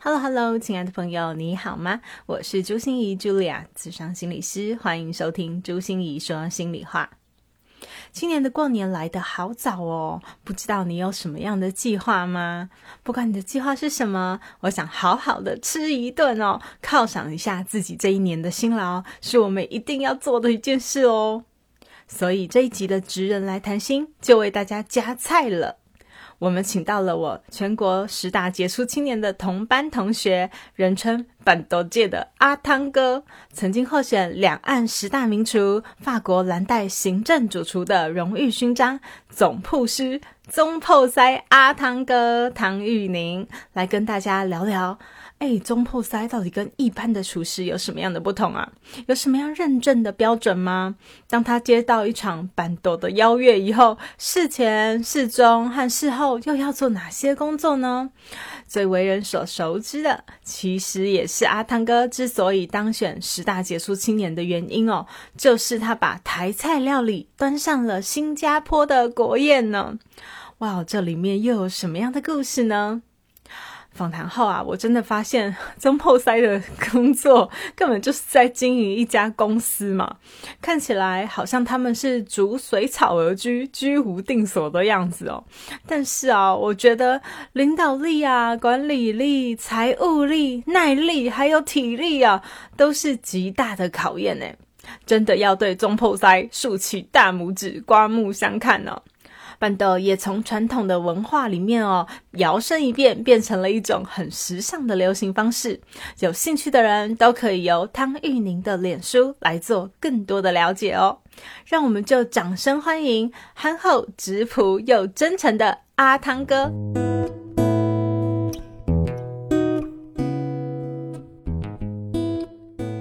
Hello Hello，亲爱的朋友，你好吗？我是朱心怡 Julia，智商心理师，欢迎收听朱心怡说心里话。今年的过年来得好早哦，不知道你有什么样的计划吗？不管你的计划是什么，我想好好的吃一顿哦，犒赏一下自己这一年的辛劳，是我们一定要做的一件事哦。所以这一集的职人来谈心就为大家加菜了。我们请到了我全国十大杰出青年的同班同学，人称板豆界的阿汤哥，曾经获选两岸十大名厨、法国蓝带行政主厨的荣誉勋章，总铺师中破塞阿汤哥唐玉宁，来跟大家聊聊。哎，中破塞到底跟一般的厨师有什么样的不同啊？有什么样认证的标准吗？当他接到一场板斗的邀约以后，事前、事中和事后又要做哪些工作呢？最为人所熟知的，其实也是阿汤哥之所以当选十大杰出青年的原因哦，就是他把台菜料理端上了新加坡的国宴呢。哇，这里面又有什么样的故事呢？访谈后啊，我真的发现 中破塞的工作根本就是在经营一家公司嘛，看起来好像他们是逐水草而居、居无定所的样子哦。但是啊，我觉得领导力啊、管理力、财务力、耐力还有体力啊，都是极大的考验呢。真的要对中破塞竖起大拇指，刮目相看呢、啊。板豆也从传统的文化里面哦，摇身一变，变成了一种很时尚的流行方式。有兴趣的人都可以由汤玉宁的脸书来做更多的了解哦。让我们就掌声欢迎憨厚、直朴又真诚的阿汤哥。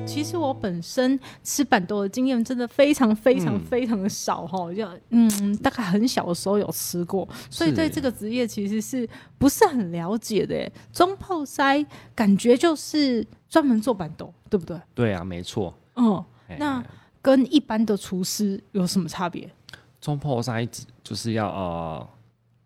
其实我本身吃板豆的经验真的非常非常非常的少哈，就嗯，大概很小的时候有吃过，所以对这个职业其实是不是很了解的耶。中泡塞感觉就是专门做板豆，对不对？对啊，没错。嗯，那哎跟一般的厨师有什么差别？冲破塞只就是要呃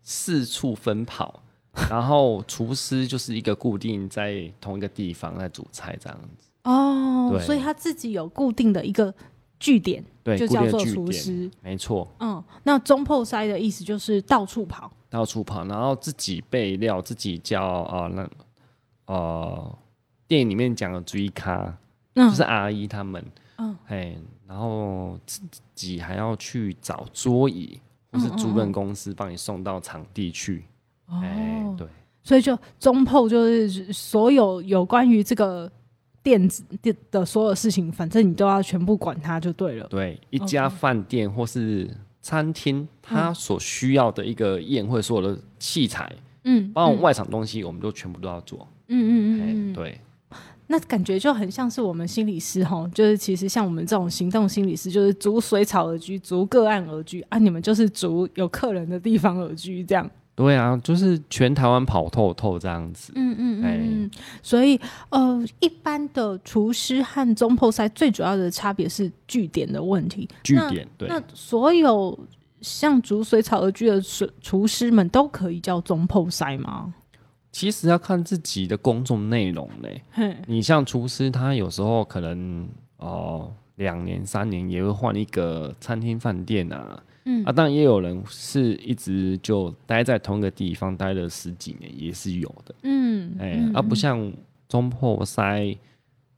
四处奔跑，然后厨师就是一个固定在同一个地方在煮菜这样子。哦，对所以他自己有固定的一个据点，对，就固叫定的做据厨点师。没错，嗯，那中泡塞的意思就是到处跑。到处跑，然后自己备料，自己叫啊、呃那呃电影里面讲的追咖，嗯就是阿姨他们，嗯嗯，哎，然后自己还要去找桌椅，或是租赁公司帮你送到场地去，哎、嗯哦，对。所以就中泡就是所有有关于这个电子电的所有事情，反正你都要全部管它就对了。对，一家饭店或是餐厅，它所需要的一个宴会所有的器材，嗯，包括外场东西，我们就全部都要做。嗯嗯嗯哎、嗯，对，那感觉就很像是我们心理师吼，就是其实像我们这种行动心理师，就是逐水草而居，逐个案而居啊，你们就是逐有客人的地方而居这样。对啊，就是全台湾跑透透这样子。嗯嗯哎嗯嗯，所以呃，一般的厨师和中破塞最主要的差别是据点的问题。据那点对，那所有像逐水草而居的厨厨师们都可以叫中破塞吗？其实要看自己的工作内容嘞。嘿，你像厨师，他有时候可能哦，两年三年也会换一个餐厅饭店啊。嗯啊，当然也有人是一直就待在同一个地方待了十几年，也是有的。嗯，哎、嗯啊，不像中破塞，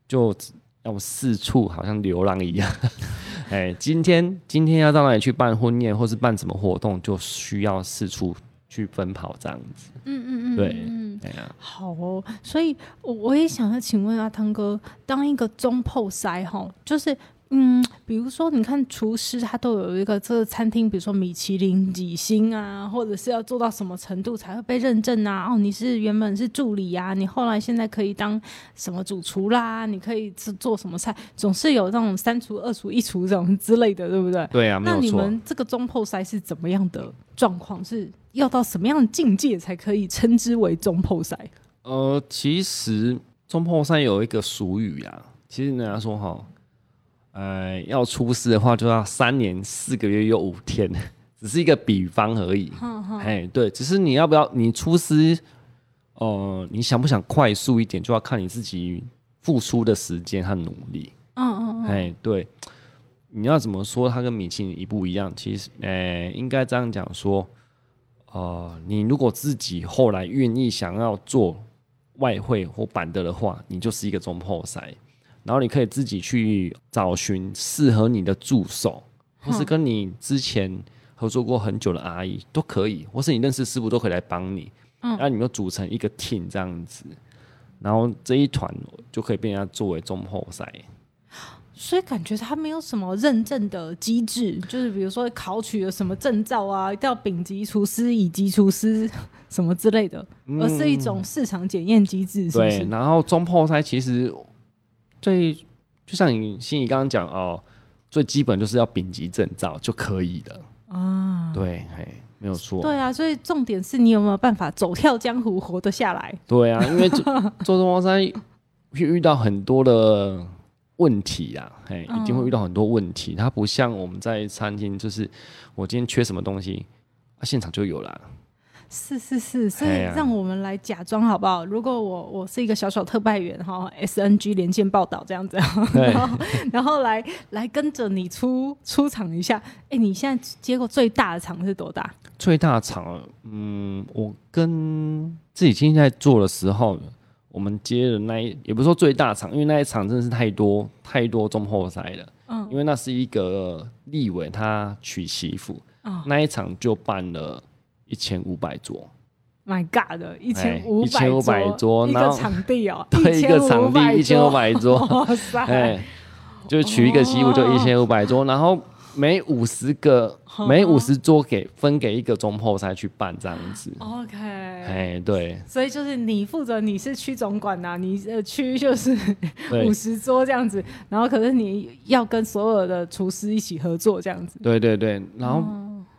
就只要四处好像流浪一样。 哎，今天今天要到哪里去办婚宴，或是办什么活动，就需要四处去奔跑这样子。嗯嗯嗯，对嗯。哎呀、好哦，啊所以我我也想要请问阿汤哥，当一个中破塞哈，就是嗯，比如说，你看厨师他都有一个这个餐厅，比如说米其林几星啊，或者是要做到什么程度才会被认证啊？哦，你是原本是助理啊，你后来现在可以当什么主厨啦，你可以做做什么菜，总是有那种三厨、二厨、一厨这种之类的，对不对？对啊，没那有你错。们这个中破塞是怎么样的状况？是要到什么样的境界才可以称之为中破塞？呃，其实中破山有一个俗语啊，其实人家说哈，呃，要出师的话就要三年四个月又五天， 只是一个比方而已。哎，对，只是你要不要你出师，呃，你想不想快速一点，就要看你自己付出的时间和努力。嗯嗯哎，对，你要怎么说它跟米其林一不一样？其实，呃，应该这样讲说，呃，你如果自己后来愿意想要做外汇或板的的话，你就是一个中后塞，然后你可以自己去找寻适合你的助手，或是跟你之前合作过很久的阿姨都可以，或是你认识师傅都可以来帮你，嗯然后你们就组成一个 team 这样子。然后这一团就可以被人家作为中后塞，所以感觉他没有什么认证的机制，就是比如说考取了什么证照啊，一定要丙级厨师、乙级厨师什么之类的，嗯而是一种市场检验机制，是不对，是？然后中破塞其实最就像你心里刚刚讲哦，最基本就是要丙级证照就可以的啊。对，嘿，没有错。对啊，所以重点是你有没有办法走跳江湖，活得下来？对啊，因为做做中破塞会遇到很多的问题啊，嘿，一定会遇到很多问题。它不像我们在餐厅，就是我今天缺什么东西，啊、现场就有啦。是是是，所以哎呀让我们来假装好不好？如果我我是一个小小特派员哈，SNG 连线报道这样子，对然后然后来来跟着你出出场一下。哎，你现在接过最大的场是多大？最大场，嗯，我跟自己现在做的时候，我们接的那一，也不是说最大场，因为那一场真的是太多太多中后赛了。嗯，因为那是一个立委他娶媳妇，那一场就办了一千五百桌， My God，一千哎五百1500桌一然个后场地哦， 对，一个场地一千五1500百桌， 桌，哇塞，哎，就娶一个媳妇就一千五百桌，然后每五十个每五十桌给分给一个中后赛去办这样子。 OK。哎，对所以就是你负责，你是区总管呐、你呃区就是对五，十桌这样子，然后可是你要跟所有的厨师一起合作这样子。对对对，然后、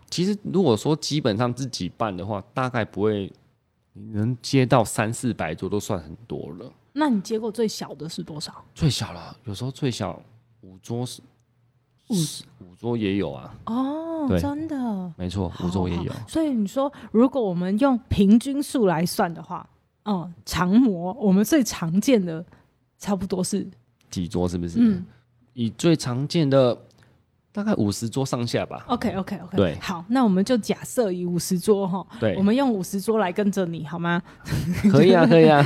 其实如果说基本上自己办的话，大概不会，你能接到三四百桌都算很多了，那你接过最小的是多少？最小了，有时候最小五桌是五五桌也有啊，哦对真的，没错，五桌也有好。好所以你说，如果我们用平均数来算的话，哦、长模我们最常见的差不多是几桌是不是？嗯以最常见的大概五十桌上 下吧。 OK OK OK，对好，那我们就假设以五十桌哈，对我，们用五十桌来跟着你好吗？ 可以啊，可以啊。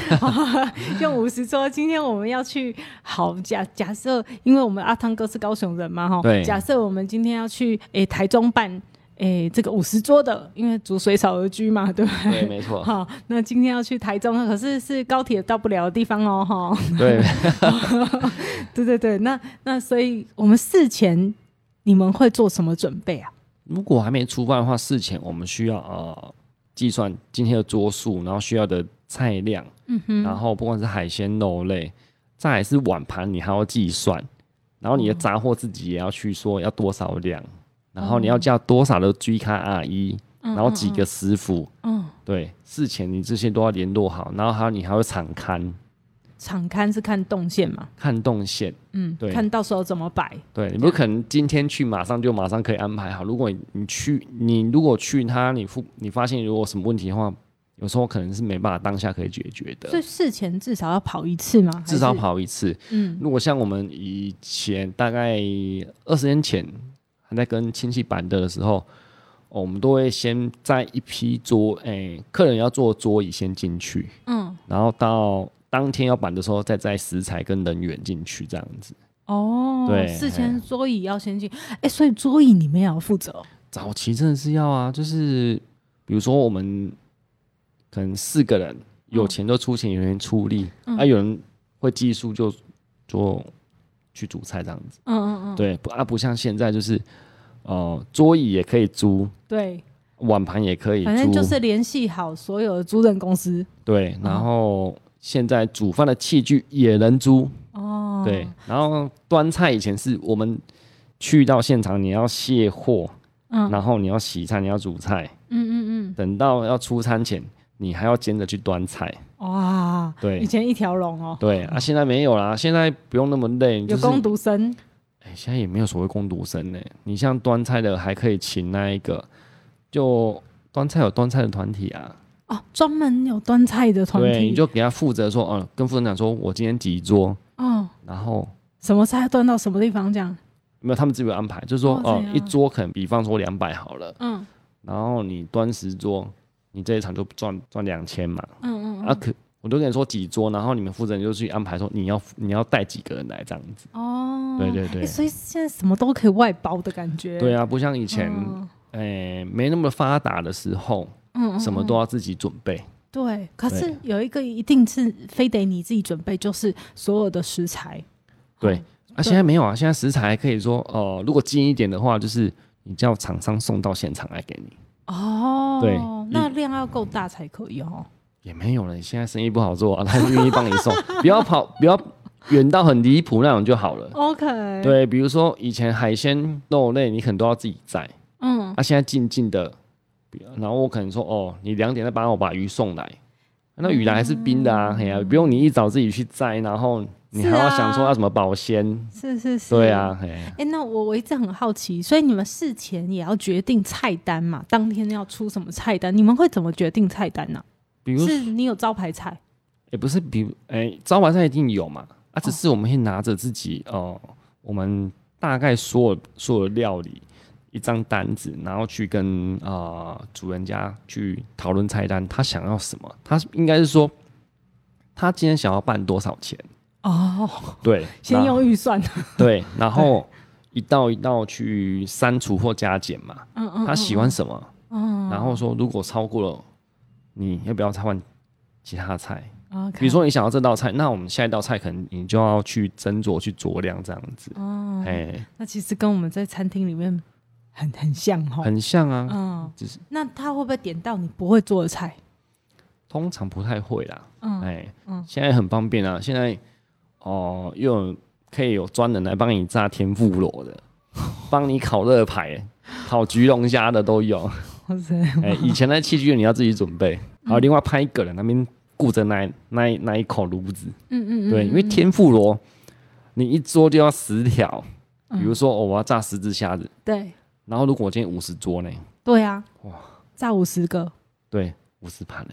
用五十桌，今天我们要去好假假设，因为我们阿汤哥是高雄人嘛哈，对假设我们今天要去诶、台中办诶、这个五十桌的，因为逐水草而居嘛，对吧？对，没错。好，那今天要去台中，可是是高铁到不了的地方哦， 哈。对，对对对，那那所以我们事前你们会做什么准备啊？如果还没出饭的话，事前我们需要呃计算今天的桌数，然后需要的菜量，嗯哼，然后不管是海鲜肉类，再来是碗盘，你还要计算，然后你的杂货自己也要去说要多少量，然后你要叫多少的 G 卡 R 一，然后几个师傅，嗯，对，事前你这些都要联络好，然后还有你还会场刊场刊是看动线嘛，看动线，嗯，对看到时候怎么摆，对，你不可能今天去马上就马上可以安排好。如果你你去，你如果去他，你付你发现如果有什么问题的话，有时候可能是没办法当下可以解决所以的，事前至少要跑一次吗？至少还是，跑一次。嗯，如果像我们以前大概二十年前还在跟亲戚板的的时候，哦我们都会先在一批桌，哎、客人要做桌椅先进去，嗯，然后到当天要板的时候再载食材跟人员进去这样子。哦，对事前桌椅要先进，哎、所以桌椅你们也要负责哦，早期真的是要啊，就是比如说我们可能四个人，嗯有钱就出钱，有人出力，啊，有人会技术就就去煮菜这样子。嗯嗯嗯，对，不啊，不像现在就是，呃，桌椅也可以租，对，碗盘也可以租，反正就是嗯联系好所有的租赁公司。对，然后现在煮饭的器具也能租，哦，对，，然后端菜以前是我们去到现场你要卸货，嗯然后你要洗菜，你要煮菜，嗯嗯等到要出餐前，你还要兼着去端菜，嗯，哇，对以前一条龙哦，对啊，现在没有啦，现在不用那么累，就有是工读生，哎、现在也没有所谓工读生呢、你像端菜的还可以请那一个，就端菜有端菜的团体啊，哦，专门有端菜的团对，体，你就给他负责说，哦、跟负责讲说，我今天几桌，哦，然后什么菜端到什么地方这样，没有他们自己有安排，就是说，哦这哦、样一桌可能比方说两百好了，嗯然后你端十桌，你这一场就赚赚两千嘛，嗯嗯啊可。我都跟你说几桌，然后你们负责人就去安排说你要你要带几个人来这样子。嗯，哦，对对对欸所以现在什么都可以外包的感觉，对啊，啊，不像以前，诶、没那么发达的时候，嗯，嗯什么都要自己准备。对，可对是有一个一定是非得你自己准备，就是所有的食材。对啊，现在没有啊，现在食材可以说，呃，如果近一点的话，就是你叫厂商送到现场来给你，哦，对那量要够大才可以哦。也没有了。现在生意不好做啊，他愿意帮你送， 不要跑，不要远到很离谱那种就好了。 OK，，对，比如说以前海鲜肉类，你可能都要自己宰，嗯，啊，现在静静的，不要然后我可能说，哦，你两点再帮我把鱼送来，啊嗯那鱼来还是冰的啊，哎呀、不用你一早自己去摘，然后你还是要啊想说要怎么保鲜，是是是，对。啊，哎、哎、那我我一直很好奇，所以你们事前也要决定菜单嘛？当天要出什么菜单？你们会怎么决定菜单呢、比如是你有招牌菜也不是比如，哎，招牌菜一定有嘛，啊，哦只是我们会拿着自己哦、呃我们大概所有所有料理一张单子，然后去跟啊、呃主人家去讨论菜单，他想要什么，他应该是说他今天想要办多少 钱，哦，对，先那用预算，对，然后一道一道去删除或加减嘛， 嗯嗯，他喜欢什么，然后说如果超过了，你要不要再换其他的菜？ o 比如说你想要这道菜，那我们下一道菜可能你就要去斟酌、去酌量这样子。哦，哎，那其实跟我们在餐厅里面很很像哦。很像啊，嗯，就是那他会不会点到你不会做的菜？通常不太会啦。嗯哎嗯，现在很方便啊，现在哦又有可以有专人来帮你炸天妇罗的，帮你烤热排、烤焗龙虾的都有。 哇塞，嗯哎，以前那器具你要自己准备，还有另外派一个人那边顾着那一那一那一口炉子。嗯嗯嗯，对，因为天妇罗你一桌就要十条，嗯比如说、哦、我要炸十只虾子，对然后如果我今天五十桌呢，对啊，哇炸五十个，对，五十盘呢，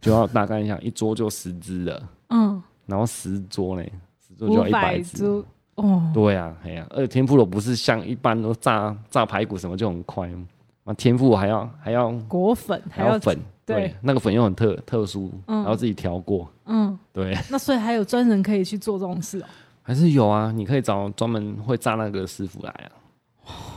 就要大概一下，一桌就十只了，嗯，然后十桌呢，十桌就五要一百百只。株哦，对啊，哎呀、而且天妇罗不是像一般都炸炸排骨什么就很快，那天妇罗还要还要果粉还还要要，粉，对对，那个粉又很特特殊，嗯然后自己调过，嗯，对， 那所以还有专人可以去做这种事哦。还是有啊，你可以找专门会炸那个的师傅来啊。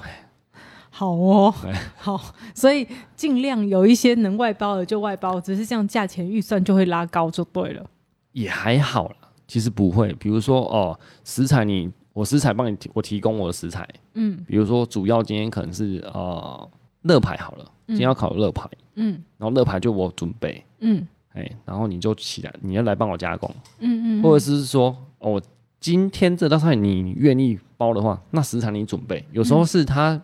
好哦，哎好，所以尽量有一些能外包的就外包，只是这样价钱预算就会拉高就对了。也还好啦，其实不会。比如说哦，食材你我食材帮你提我提供我的食材，嗯比如说主要今天可能是呃乐牌好了，今天要烤乐牌，嗯然后乐牌就我准备，嗯哎，然后你就起来，你要来帮我加工，嗯嗯，或者是说哦，今天这道菜你愿意包的话，那食材你准备。有时候是他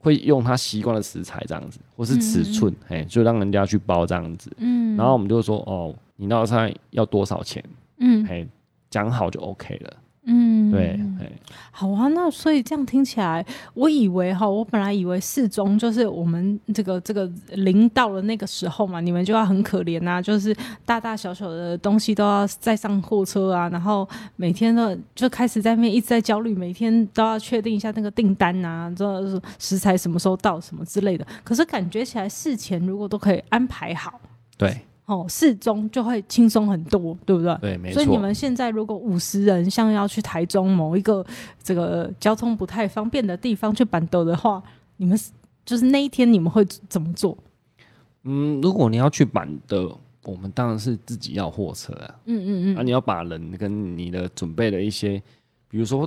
会用他习惯的食材这样子，或是尺寸，哎，就让人家去包这样子。嗯然后我们就说哦，你那道菜要多少钱？嗯哎，讲好就 OK 了。嗯，对，哎，好啊，那所以这样听起来，我以为哈，我本来以为适中就是我们这个这个临到了那个时候嘛，你们就要很可怜啊，就是大大小小的东西都要再上货车啊，然后每天都就开始在那边一直在焦虑，每天都要确定一下那个订单啊，这食材什么时候到什么之类的。可是感觉起来事前如果都可以安排好，对哦，适中就会轻松很多，对不对？对，没所以你错。们现在如果五十人像要去台中某一个这个交通不太方便的地方去板豆的话，你们是就是那一天你们会怎么做？嗯，如果你要去板的，我们当然是自己要货车啊。嗯嗯啊，你要把人跟你的准备的一些比如说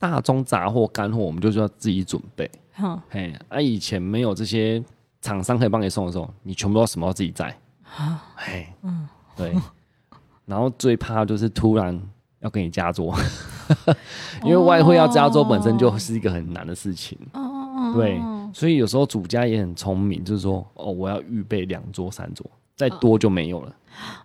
大宗杂货、干货，我们就是要自己准备。哼，嘿，啊，以前没有这些厂商可以帮你送的时候，你全部都什么都自己在。啊嘿，嗯，对。然后最怕就是突然要给你 加桌，因为外汇要加桌本身就是一个很难的事情。哦哦哦，对，所以有时候主家也很聪明，就是说，哦，我要预备两桌、三桌，再多就没有了。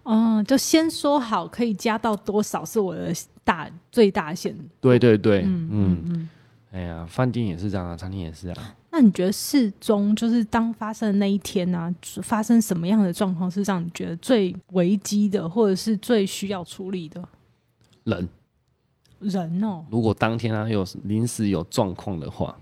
哦，就先说好可以加到多少是我的大最大限。对对对，嗯哎呀，饭店也是这样啊，餐厅也是啊。那你觉得事中就是当发生的那一天呢、发生什么样的状况是让你觉得最危机的，或者是最需要处理的人人哦？如果当天啊有临时有状况的话，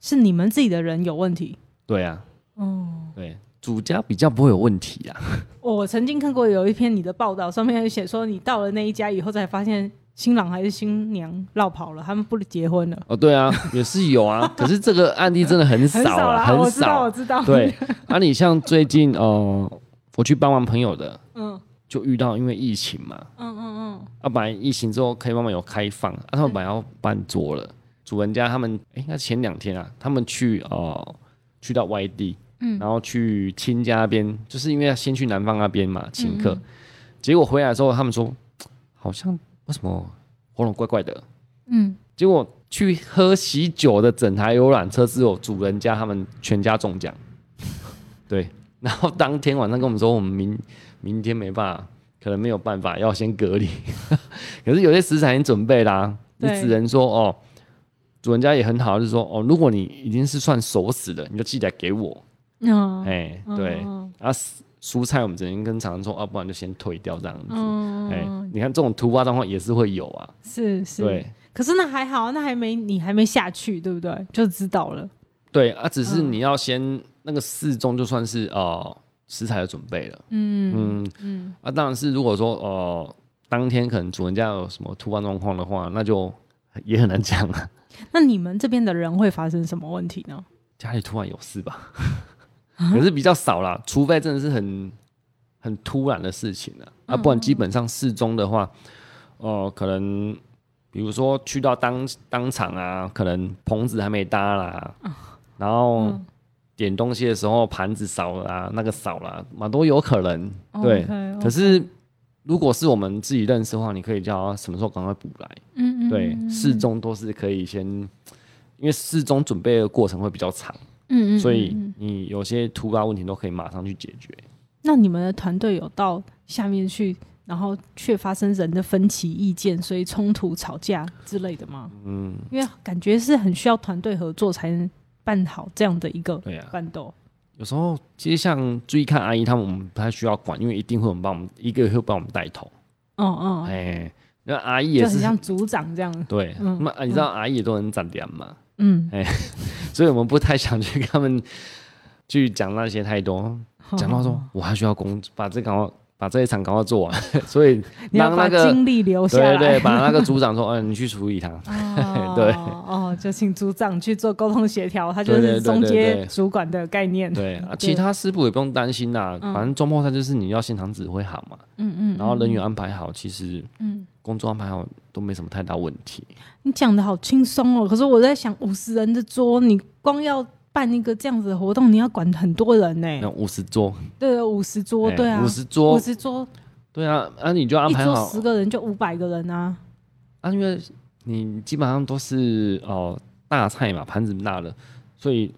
是你们自己的人有问题？对啊，哦，对，主家比较不会有问题啊。哦我曾经看过有一篇你的报道，上面有写说你到了那一家以后才发现新郎还是新娘落跑了，他们不结婚了，哦，对啊，也是有啊，可是这个案例真的很 少很少啊，啦，我很知道，我少。知道，对，啊，你像最近呃，我去帮忙朋友的，嗯，就遇到因为疫情嘛，嗯嗯啊，本来疫情之后可以慢慢有开放，啊，他们本来要搬桌了，主人家他们，哎、那前两天啊，他们去哦，去到外地，嗯，然后去亲家那边，就是因为要先去南方那边嘛，嗯请客，结果回来之后，他们说，好像为什么喉咙怪怪的，嗯结果去喝喜酒的整台游览车只有主人家他们全家中奖， 对，然后当天晚上跟我们说，我们明明天没办法，可能没有办法，要先隔离。 可是有些食材已经准备啦、你对只能说哦，主人家也很好，就是说哦，如果你已经是算熟食的，你就寄来给我， 嗯嗯，哎、对，嗯啊，蔬蔬菜我们只能跟厂商说，啊，不然就先退掉这样子，嗯，哎、你看这种突发状况也是会有啊，是是，对。可是那还好，那还没你还没下去，对不对？就知道了。对啊，只嗯是你要先、那个适中，就算是呃食材的准备了。嗯嗯啊，当然是如果说呃当天可能主人家有什么突发状况的话，那就也很难讲啊了。那你们这边的人会发生什么问题呢？家里突然有事吧， 可是比较少啦，除非真的是很很突然的事情了啊，不然基本上适中的话，呃，可能比如说去到当当场啊，可能棚子还没搭啦，然后点东西的时候盘子少了啊，那个少了啊，嘛都有可能。对 OK，OK 可是如果是我们自己认识的话，你可以叫他什么时候赶快补来。嗯嗯，对，适中都是可以先，因为适中准备的过程会比较长。嗯嗯。所以你有些突发问题都可以马上去解决。那你们的团队有到下面去，然后却发生人的分歧意见，所以冲突、吵架之类的吗？嗯，因为感觉是很需要团队合作才能办好这样的一个对啊战斗。有时候其实像注意看阿姨他们，我们不太需要管，因为一定会有人帮我们，一个会帮我们带头。嗯嗯，哎、那阿姨就也很是像嗯组长这样。对，那、你知道阿姨也都很长点嘛，嗯，所以我们不太想去跟他们去讲那些 太多。嗯讲哦到说，我还需要工，把这赶快把这一场赶快做完， 所以你要让把那个精力留下对来。对，把那个组长说， 嗯、你去处 理他。哦 对哦，就请组长去做沟通协调，他就对对是对中对间对主管的概念。对啊，对嗯其他师傅也不用担心啦，反正中末赛就是你要现场指挥好嘛，嗯嗯，然后人员安排好，其实嗯，工作安排好都没什么太大问 题。你讲的好轻松哦，可是我在想，五十人的桌，你光要办一个这样子的活动，你要管很多人呢、那五十桌，哎对，五十桌，对啊，五十桌五，十桌，对啊，啊你就安一排桌好十个人就五百个人啊。啊，因为你基本上都是哦大菜嘛，盘子大了，所以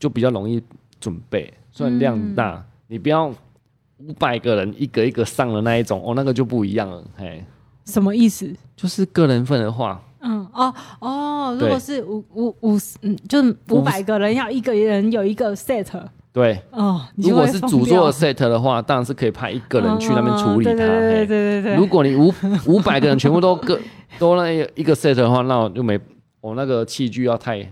就比较容易准备，虽然嗯量大，你不要五百个人一个一个上的那一种，哦那个就不一样了，嘿，什么意思？就是个人份的话，嗯，哦哦，如对果是五五五十，嗯，就是五百个人要一个人有一个 set 对。哦。你就如果会是疯主掉做的 set 的话，当然是可以派一个人去那边处理它。嗯对对对对嘿对对。如果你五五百个人全部都个 都那一个 set 的话，那我就没我、那个器具要太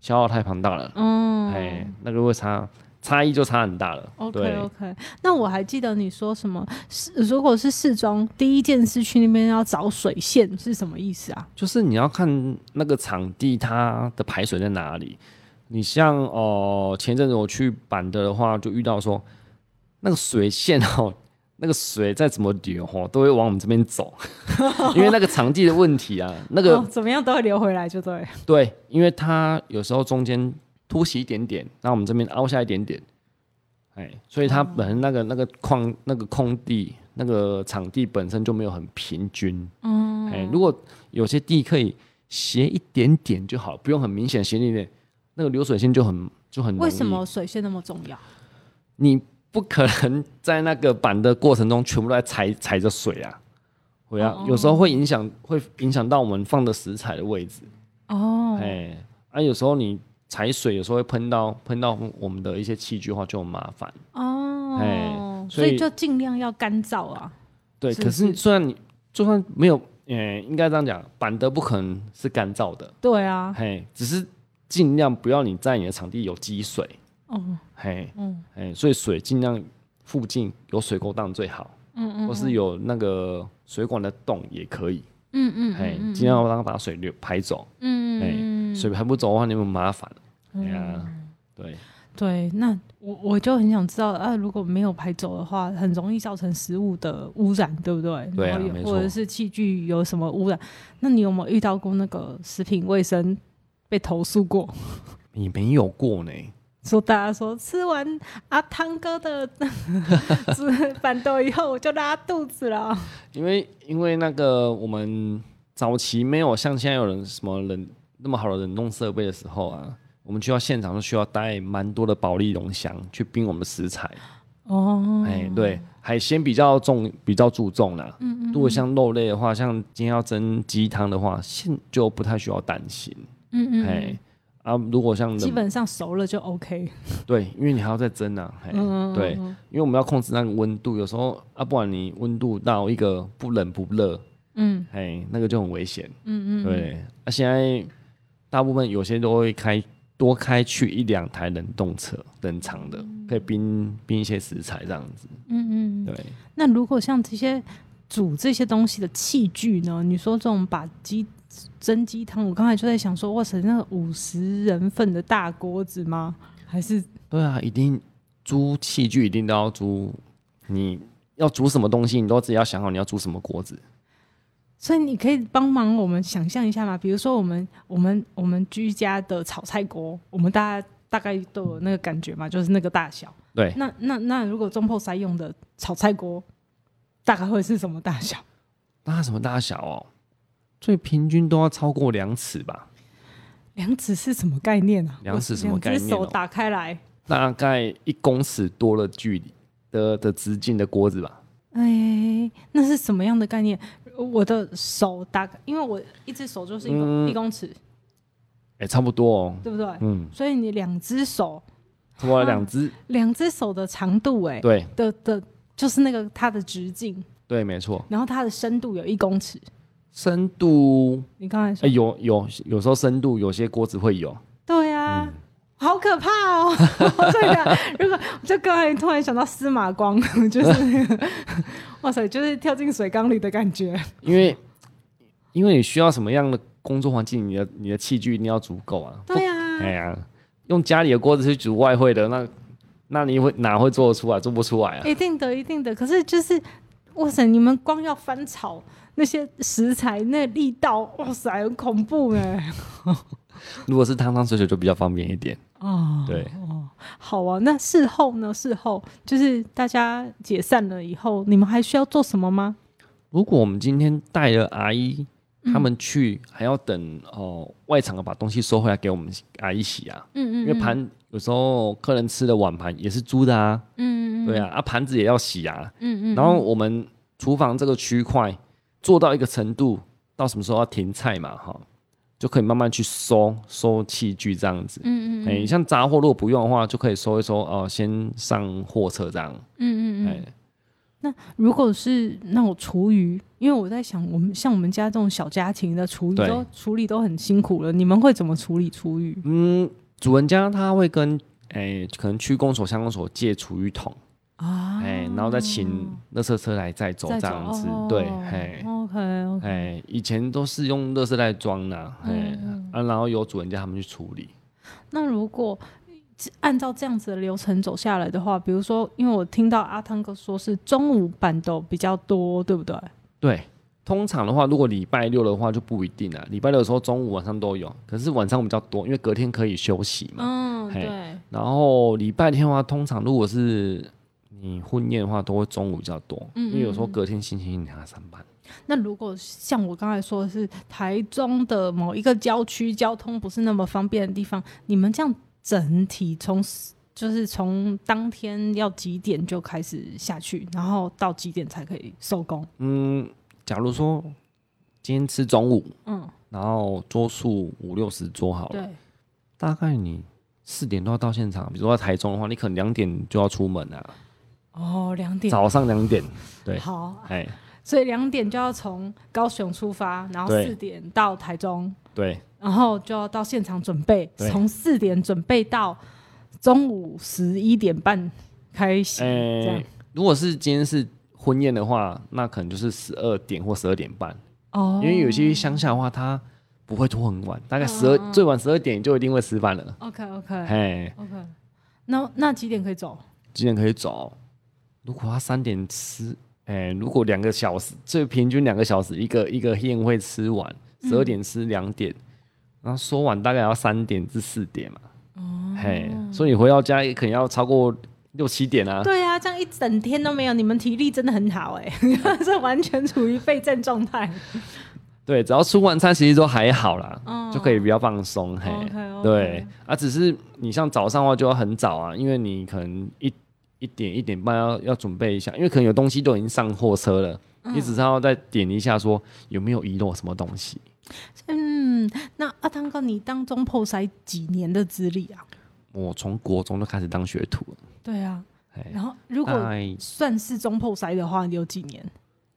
消耗太庞大了，嗯，哎、那个会差差异就差很大了。 OK 对 OK，那我还记得你说什么？是如果是试妆，第一件事去那边要找水线是什么意思啊？就是你要看那个场地它的排水在哪里。你像哦、呃前阵子我去板的的话，就遇到说那个水线哦， 那个水再怎么流吼，都会往我们这边走， 因为那个场地的问题啊，那个、哦，怎么样都会流回来，就对。对，因为它有时候中间凸起一点点，那我们这边凹下一点点，哎，所以它哦本身那个那个矿那个空地那个场地本身就没有很平均，哦嗯，哎，如果有些地可以斜一点点就好，不用很明显斜一点点，那个流水线就很就很容易为什么水线那么重要？你不可能在那个板的过程中全部都在踩 踩着水啊，会哦啊，有时候会影响会影响到我们放的食材的位置。哦，哎，啊，有时候你踩水，有时候会喷到喷到我们的一些器具的话，就很麻烦。哎哦，所所以以就尽量要干燥啊。对，是可是虽然你就算没有，呃，应该这样讲，板的不可能是干燥的，对啊，嘿，只是尽量不要你在你的场地有积水，哦，嘿，嗯哎，所以水尽量附近有水沟当最好，嗯嗯或是有那个水管的洞也可以，嗯嗯嘿，尽量让它把水流排走，嗯哎嗯，水排不走的话，你们麻烦，哎呀，对。对，那我我就很想知道啊，如果没有排走的话，很容易造成食物的污染，对不对？对啊然后有没错或者是器具有什么污染？那你有没有遇到过那个食品卫生被投诉过？你没有过呢，说大家说吃完阿汤哥的 吃板豆以后我就拉肚子了。因为因为那个我们早期没有像现在有人什么冷那么好的冷冻设备的时候啊，我们去到现场就需要带蛮多的保利龙箱去冰我们的食材。哦，哎、对，海鲜比较重，比较注重啦。嗯嗯如果像肉类的话，像今天要蒸鸡汤的话，现就不太需要担心。嗯嗯，哎、啊，如果像基冷本上熟了就 OK。对，因为你还要再蒸啊，嘿，对，因为我们要控制那个温度，有时候啊，不然你温度到一个不冷不热，嗯，嘿，那个就很危险，嗯嗯，对，啊，现在大部分有些都会开多开去一两台冷冻车，冷藏的，可以冰冰一些食材这样子，嗯嗯嗯，对，那如果像这些煮这些东西的器具呢？你说这种把鸡蒸鸡汤，我刚才就在想说，哇塞，那个五十人份的大锅子吗？还是对啊，一定租器具一定都要租，你要煮什么东西，你都自己要想好你要煮什么锅子，所以你可以帮忙我们想象一下嘛？比如说我们我们我们居家的炒菜锅，我们大家大概都有那个感觉嘛，就是那个大小。对，那那那如果中破塞用的炒菜锅，大概会是什么大小？那什么大小哦？最平均都要超过两尺吧，两指是什么概念啊？量尺我什么概念哦两只手打开来，大概一公尺多的距离的的直径的锅子吧。哎，那是什么样的概念？我的手打开，因为我一只手就是一个、嗯一公尺，哎、差不多哦，对不对？嗯，所以你两只手，差不多两只。两只手的长度、哎，对的的，就是那个它的直径，对，没错。然后它的深度有一公尺。深度，你刚才说，哎、有有有时候深度，有些锅子会有。对啊。好可怕哦！ 这个，如果就刚才突然想到司马光， 就是那个，哇塞，就是跳进水缸里的感觉。因为因为你需要什么样的工作环境，你的你的器具一定要足够啊。对啊，哎呀、用家里的锅子去煮外汇的，那那你会哪会做得出来？做不出来啊。 一定的，一定的。可是就是，哇塞，你们光要翻炒那些食材，那力道，哇塞，很恐怖哎。如果是汤汤水水就比较方便一点。哦，对，好啊。那事后呢？事后就是大家解散了以后，你们还需要做什么吗？如果我们今天带了阿姨，嗯他们去还要等哦、外场的把东西收回来给我们阿姨洗啊，嗯因为盘有时候客人吃的碗盘也是租的啊，嗯对啊，啊盘子也要洗啊，嗯嗯然后我们厨房这个区块做到一个程度，到什么时候要停菜嘛哈，嗯就可以慢慢去收收器具这样子，嗯嗯哎、像杂货如果不用的话，就可以收一收哦、先上货车这样，嗯嗯哎、嗯。如果是那种厨余，因为我在想，我们像我们家这种小家庭的厨余对都处理都很辛苦了，你们会怎么处理厨余？嗯，主人家他会跟诶、可能区公所、乡公所借厨余桶，啊诶、然后再请垃圾车来载走这样子，哦对，嘿， ，OK OK，诶，以前都是用垃圾袋装的，嘿，啊，然后由主人家他们去处理。那如果按照这样子的流程走下来的话，比如说，因为我听到阿汤哥说是中午板豆比较多，对不对？对，通常的话，如果礼拜六的话就不一定了。礼拜六的时候中午晚上都有，可是晚上比较多，因为隔天可以休息嘛。嗯，嘿对，然后礼拜天的话，通常如果是你婚宴的话，都会中午比较多，因为有时候隔天星期一你还要上班。那如果像我刚才说的是台中的某一个郊区交通不是那么方便的地方，你们这样整体从 s- 就是从当天要几点就开始下去，然后到几点才可以收工？嗯，假如说今天吃中午，嗯，然后桌数五六十桌好了，对，大概你四点都要到现场。比如说在台中的话，你可能两点就要出门啊，哦，两点。早上两点。对好，哎，所以两点就要从高雄出发，然后对四点到台中，对然后就要到现场准备，对从四点准备到中午十一点半开始，这样哎，如果是今天是婚宴的话，那可能就是十二点或十二点半，哦因为有些乡下的话，它不会拖很晚，大概十二、嗯最晚十二点就一定会吃饭了。 OK OK，哎， OK，那那几点可以走？几点可以走？如果他三点吃，哎、如果两个小时，最平均两个小时，一个一个宴会吃完，十二点吃两点，然后说完大概要三点至四点嘛。嘿，所以你回到家也可能要超过六七点啊。对啊，这样一整天都没有，你们体力真的很好哎、 这完全处于备战状态。对，只要吃晚餐其实都还好啦，就可以比较放松。 嘿 OK，OK 对啊，只是你像早上的话就要很早啊，因为你可能一一点一点半要要准备一下，因为可能有东西都已经上货车了，你只是要再点一下说有没有遗漏什么东西。嗯，那阿汤哥，你当中破塞几年的资历啊？我从国中就开始当学徒了，对啊，哎，然后如大果概算是中破塞的话，有几年？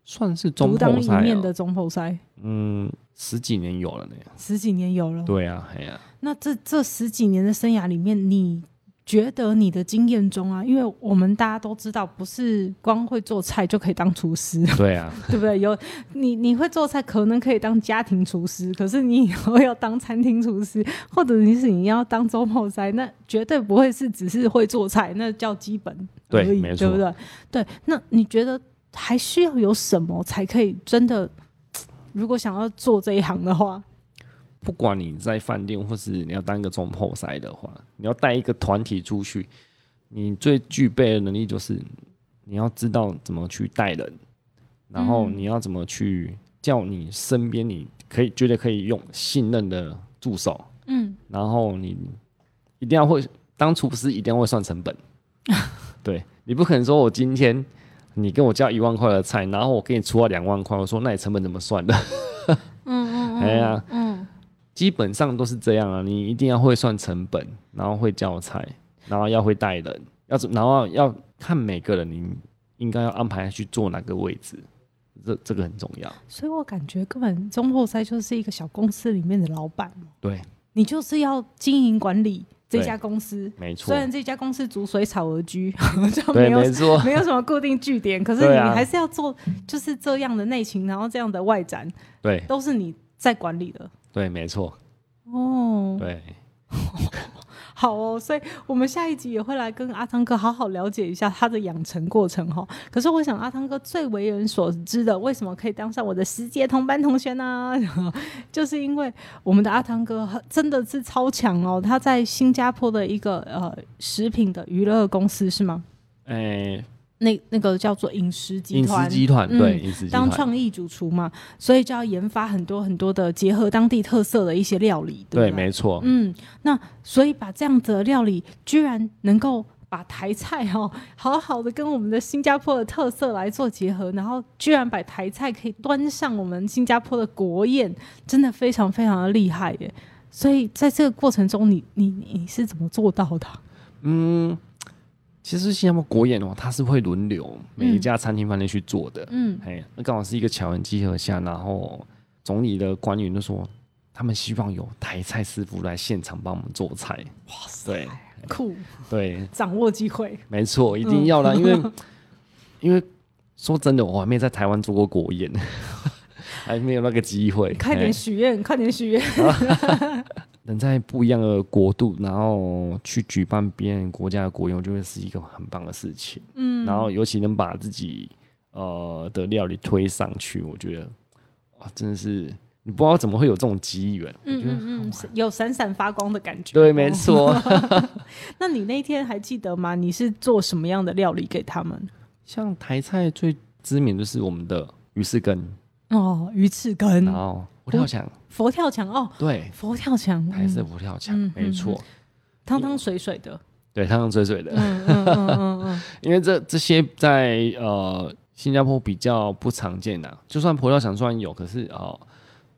算是中独当后一赛、面哦，的哦中破塞，嗯，十几年有了呢。十几年有了。对啊，哎呀、那这这十几年的生涯里面，你觉得你的经验中啊，因为我们大家都知道，不是光会做菜就可以当厨师，对啊， 对不对？有你你会做菜，可能可以当家庭厨师，可是你以后要当餐厅厨师，或者你是你要当周末塞，那绝对不会是只是会做菜，那叫基本而对已，没对不错对？对，那你觉得还需要有什么才可以真的？如果想要做这一行的话，不管你在饭店或是你要当一个中后塞的话，你要带一个团体出去，你最具备的能力就是你要知道怎么去带人，然后你要怎么去叫你身边你可以觉得可以用信任的助手，嗯，然后你一定要会当厨师，一定会算成 本，对你不可能说我今天。你跟我叫一万块的菜，然后我给你出了两万块，我说那你成本怎么算的？嗯嗯， 哎呀，嗯，基本上都是这样啊，你一定要会算成本，然后会教材，然后要会带人，要怎然后要看每个人你应该要安排去坐哪个位置，这这个很重要。所以我感觉根本中破塞就是一个小公司里面的老板，对，你就是要经营管理这对家公司，没错虽，然这家公司逐水草而居， 就没对，有没错， 没有什么固定据点，可是对你啊还是要做就是这样的内勤，然后这样的外展，对都是你在管理的。对，没错，哦，对，好哦，所以我们下一集也会来跟阿汤哥好好了解一下他的养成过程哈、哦。可是我想阿汤哥最为人所知的，为什么可以当上我的十届同班同学呢？ 就是因为我们的阿汤哥真的是超强哦，他在新加坡的一个呃食品的娱乐公司是吗？哎、那那个叫做饮食集饮团，食集团，嗯对，饮食集当团，创意主厨嘛，所以就要研发很多很多的结合当地特色的一些料理，对对，不没错，嗯，那所以把这样子的料理，居然能够把台菜哦，好好的跟我们的新加坡的特色来做结合，然后居然把台菜可以端上我们新加坡的国宴，真的非常非常的厉害耶！所以在这个过程中你，你你你是怎么做到 的啊？嗯。其实新加坡国宴的话，它是会轮流每一嗯家餐厅饭店去做的，嗯哎，那刚好是一个巧人集合下，然后总理的官员就说，他们希望有台菜师傅来现场帮我们做菜。 哇塞！酷，对对，掌握机会，没错，一定要嗯啦，因 为因为说真的，我还没在台湾做过国 宴，还没有那个机会。快点许愿，快点许愿。能在不一样的国度，然后去举办别人国家的国宴，我觉得是一个很棒的事情。嗯，然后尤其能把自己呃的料理推上去，我觉得哇，真的是你不知道怎么会有这种机缘。嗯嗯嗯，有闪闪发光的感觉。对，没错。哦那你那天还记得吗？你是做什么样的料理给他们？ 像台菜最知名就是我们的鱼翅羹，哦，鱼翅羹然、后佛跳墙，佛跳墙哦，对，佛跳墙，台式嗯佛跳墙，嗯没错，汤汤水水的。对，汤汤水水的。嗯嗯嗯嗯嗯， 因为这这些在呃新加坡比较不常见呐、就算佛跳墙虽然有，可是哦、呃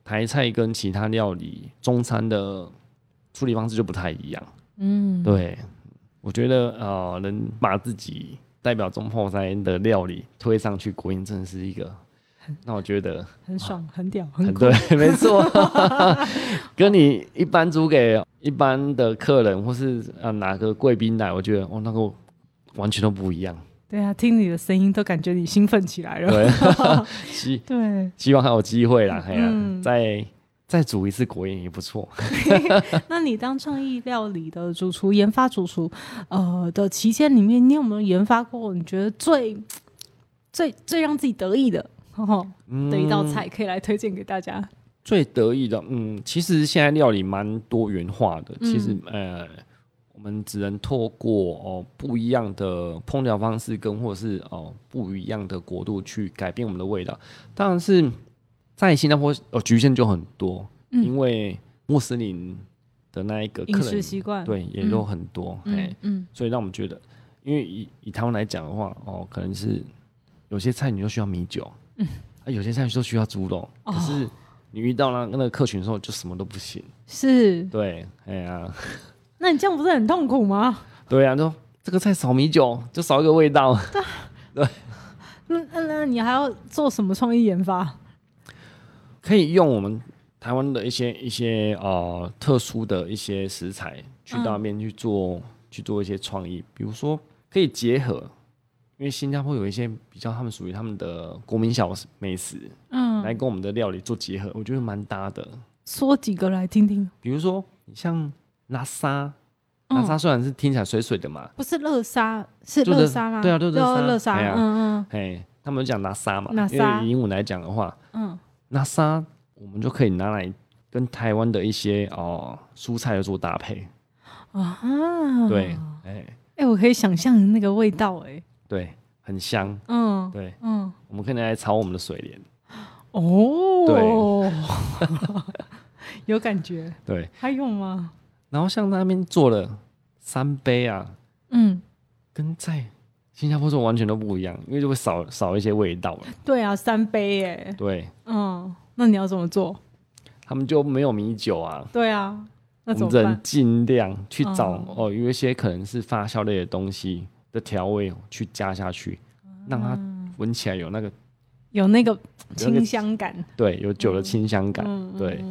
台菜跟其他料理中餐的处理方式就不太一样。嗯，对，我觉得呃能把自己代表中后塞的料理推上去国宴，真的是一个。那我觉得很爽，很屌，很很酷。对， 没错， 跟你一般煮给一般的客人或是呃哪个贵宾来，我觉得哦那个完全都不一样。对啊，听你的声音都感觉你兴奋起来了。对， 希 对，希望还有机会啦，哎呀、嗯再再煮一次国宴也不错。那你当创意料理的主厨、研发主厨，呃的期间里面，你有没有研发过你觉得最最最让自己得意的？哦、嗯的一道菜可以来推荐给大家。最得意的，嗯，其实现在料理蛮多元化的，嗯其实呃，我们只能透过哦不一样的烹调方式跟或是哦不一样的国度去改变我们的味道。当然是在新加坡哦局限就很多，因为穆斯林的那一个嗯饮客食人习惯，对也都很多，哎、嗯嗯所以让我们觉得，因为以以台湾来讲的话，哦，可能是有些菜你就需要米酒，嗯，啊，有些菜就需要猪肉，哦可是你遇到那那个客群的时候，就什么都不行。是。对，哎呀、那你这样不是很痛苦吗？对呀、啊，就这个菜少米酒，就少一个味道。那那那嗯你还要做什么创意研发？可以用我们台湾的一些一些呃特殊的一些食材去到那边去做、去做一些创意，比如说可以结合，因为新加坡有一些比较他们属于他们的国民小美食，嗯，来跟我们的料理做结合，我觉得蛮搭的。说几个来听听。比如说你像拉沙，拉沙虽然是听起来水水的嘛，不是乐沙，是就是乐沙吗？对啊就是乐沙乐沙。哎呀嗯嗯，哎、他们讲拉沙嘛，拉因沙为以英文来讲的话，嗯，拉沙我们就可以拿来跟台湾的一些哦、蔬菜做搭配。啊，对，哎、哎，我可以想象那个味道，哎，对，很香。嗯对，嗯，我们可以拿来炒我们的水莲。哦， 有感觉。对，还有吗？然后像那边做了三杯啊，嗯，跟在新加坡做完全都不一样，因为就会少少一些味道了。对啊，三杯，哎，对嗯，那你要怎么做？他们就没有米酒啊，对啊，那我怎们么只办？能嗯尽量去找哦有一些可能是发酵类的东西的调味去加下去，嗯让它闻起来有那个有那个有那个清香感。对有酒的清香感。嗯对，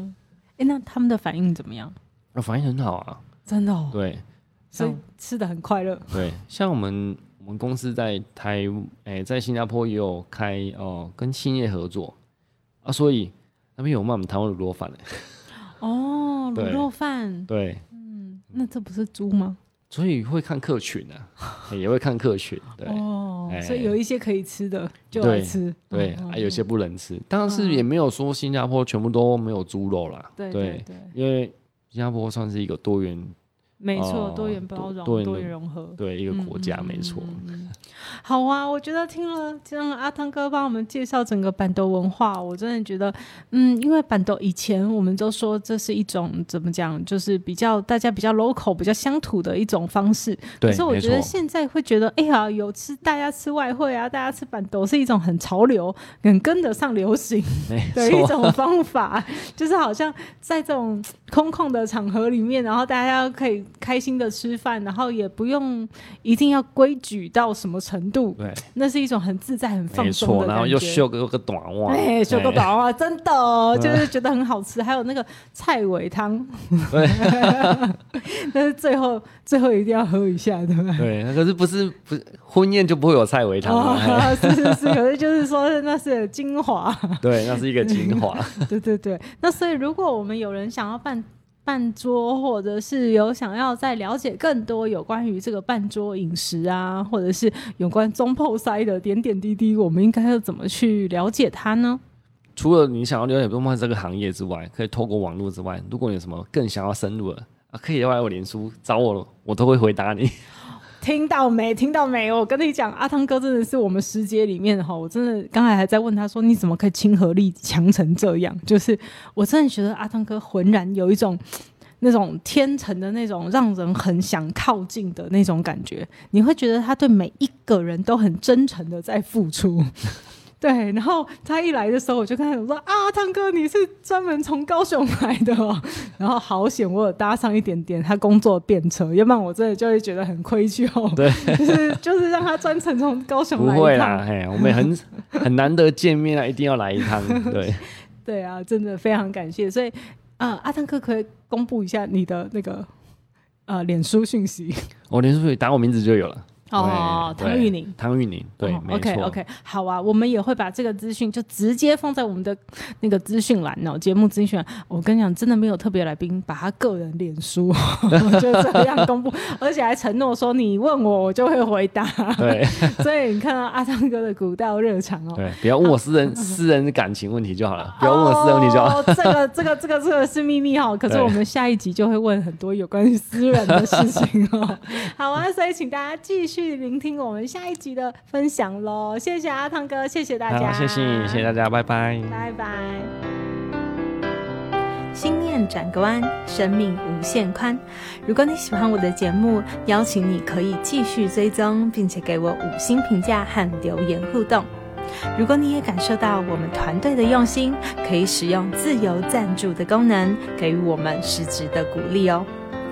哎，那他们的反应怎么样？那反应很好啊。真的哦，对所以像吃的很快乐。对，像我们我们公司在台诶、在新加坡也有开哦、跟兴业合作啊，所以那边有卖我们台湾的螺饭的。哦，卤对嗯肉饭，对，那这不是猪吗？所以会看客群啊，也会看客群。对、哦，哎所以有一些可以吃的就来对吃，对，嗯啊，有些不能吃，当然是也没有说新加坡全部都没有猪肉啦。对对对，因为新加坡算是一个多元没错，哦多元包容，多多元的多元融合。对一个国家，嗯没错。好啊，我觉得听了这样阿汤哥帮我们介绍整个板豆文化，我真的觉得，嗯，因为板豆以前我们都说这是一种怎么讲，就是比较大家比较 local、比较乡土的一种方式。对可是我没觉得错现在会觉得，哎呀，有吃大家吃外汇啊，大家吃板豆是一种很潮流、很跟得上流行。 没的一错，种方法， 就是好像在这种空旷的场合里面，然后大家可以开心的吃饭，然后也不用一定要规矩到什么程度，对，那是一种很自在、很放没松错。的然后感又觉。秀个又个短袜， 哎，修个哎宝啊，真的哦就是觉得很好吃。还有那个菜尾汤， 但是最后最后一定要喝一下，对吧？对，可是不是不是婚宴就不会有菜尾汤了、嘿哦，是是是，可是就是说那是精华。 对，那是一个精华。对对对，那所以如果我们有人想要办办桌，或者是有想要再了解更多有关于这个办桌饮食啊，或者是有关中破塞的点点滴滴，我们应该要怎么去了解它呢？除了你想要了解动漫这个行业之外，可以透过网络之外，如果你有什么更想要深入的啊，可以来我脸书找我，我都会回答你。听到没？听到没？我跟你讲，阿汤哥真的是我们师姐里面哈，我真的刚才还在问他说，你怎么可以亲和力强成这样？就是我真的觉得阿汤哥浑然有一种那种天成的那种让人很想靠近的那种感觉，你会觉得他对每一个人都很真诚的在付出。 对，然后他一来的时候，我就跟他讲说啊，汤哥，你是专门从高雄来的哦。然后好险，我有搭上一点点他工作的便车，要不然我真的就会觉得很愧疚。对， 就是就是让他专程从高 雄不来会一啦，趟。嘿，我们也很 很难得见面啊，一定要来一 趟。对，对啊，真的非常感谢。所以啊、呃阿汤哥可以公布一下你的那个呃脸书讯息我脸书打我名字就有了。 对哦唐玉宁。，对唐玉宁，对，哦没错。 OK OK，好啊，我们也会把这个资讯就直接放在我们的那个资讯栏哦，节目资讯栏。我跟你讲，真的没有特别来宾把他个人脸书 就这样公布， 而且还承诺说你问我我就会回答。 对所以你看到阿汤哥的古道热肠哦。 对，不要问我私人私人的感情问题就好了，不要问我私人问题就好。哦，这个这个这个这个是秘密哈，可是对我们下一集就会问很多有关于私人的事情 哦。好啊，所以请大家继续聆听我们下一集的分享喽。谢谢阿汤哥，谢谢大家，好，谢谢你，谢谢大家，拜拜。拜拜。心念转个弯，生命无限宽。如果你喜欢我的节目，邀请你可以继续追踪，并且给我五星评价和留言互动。如果你也感受到我们团队的用心，可以使用自由赞助的功能，给予我们实质的鼓励哦。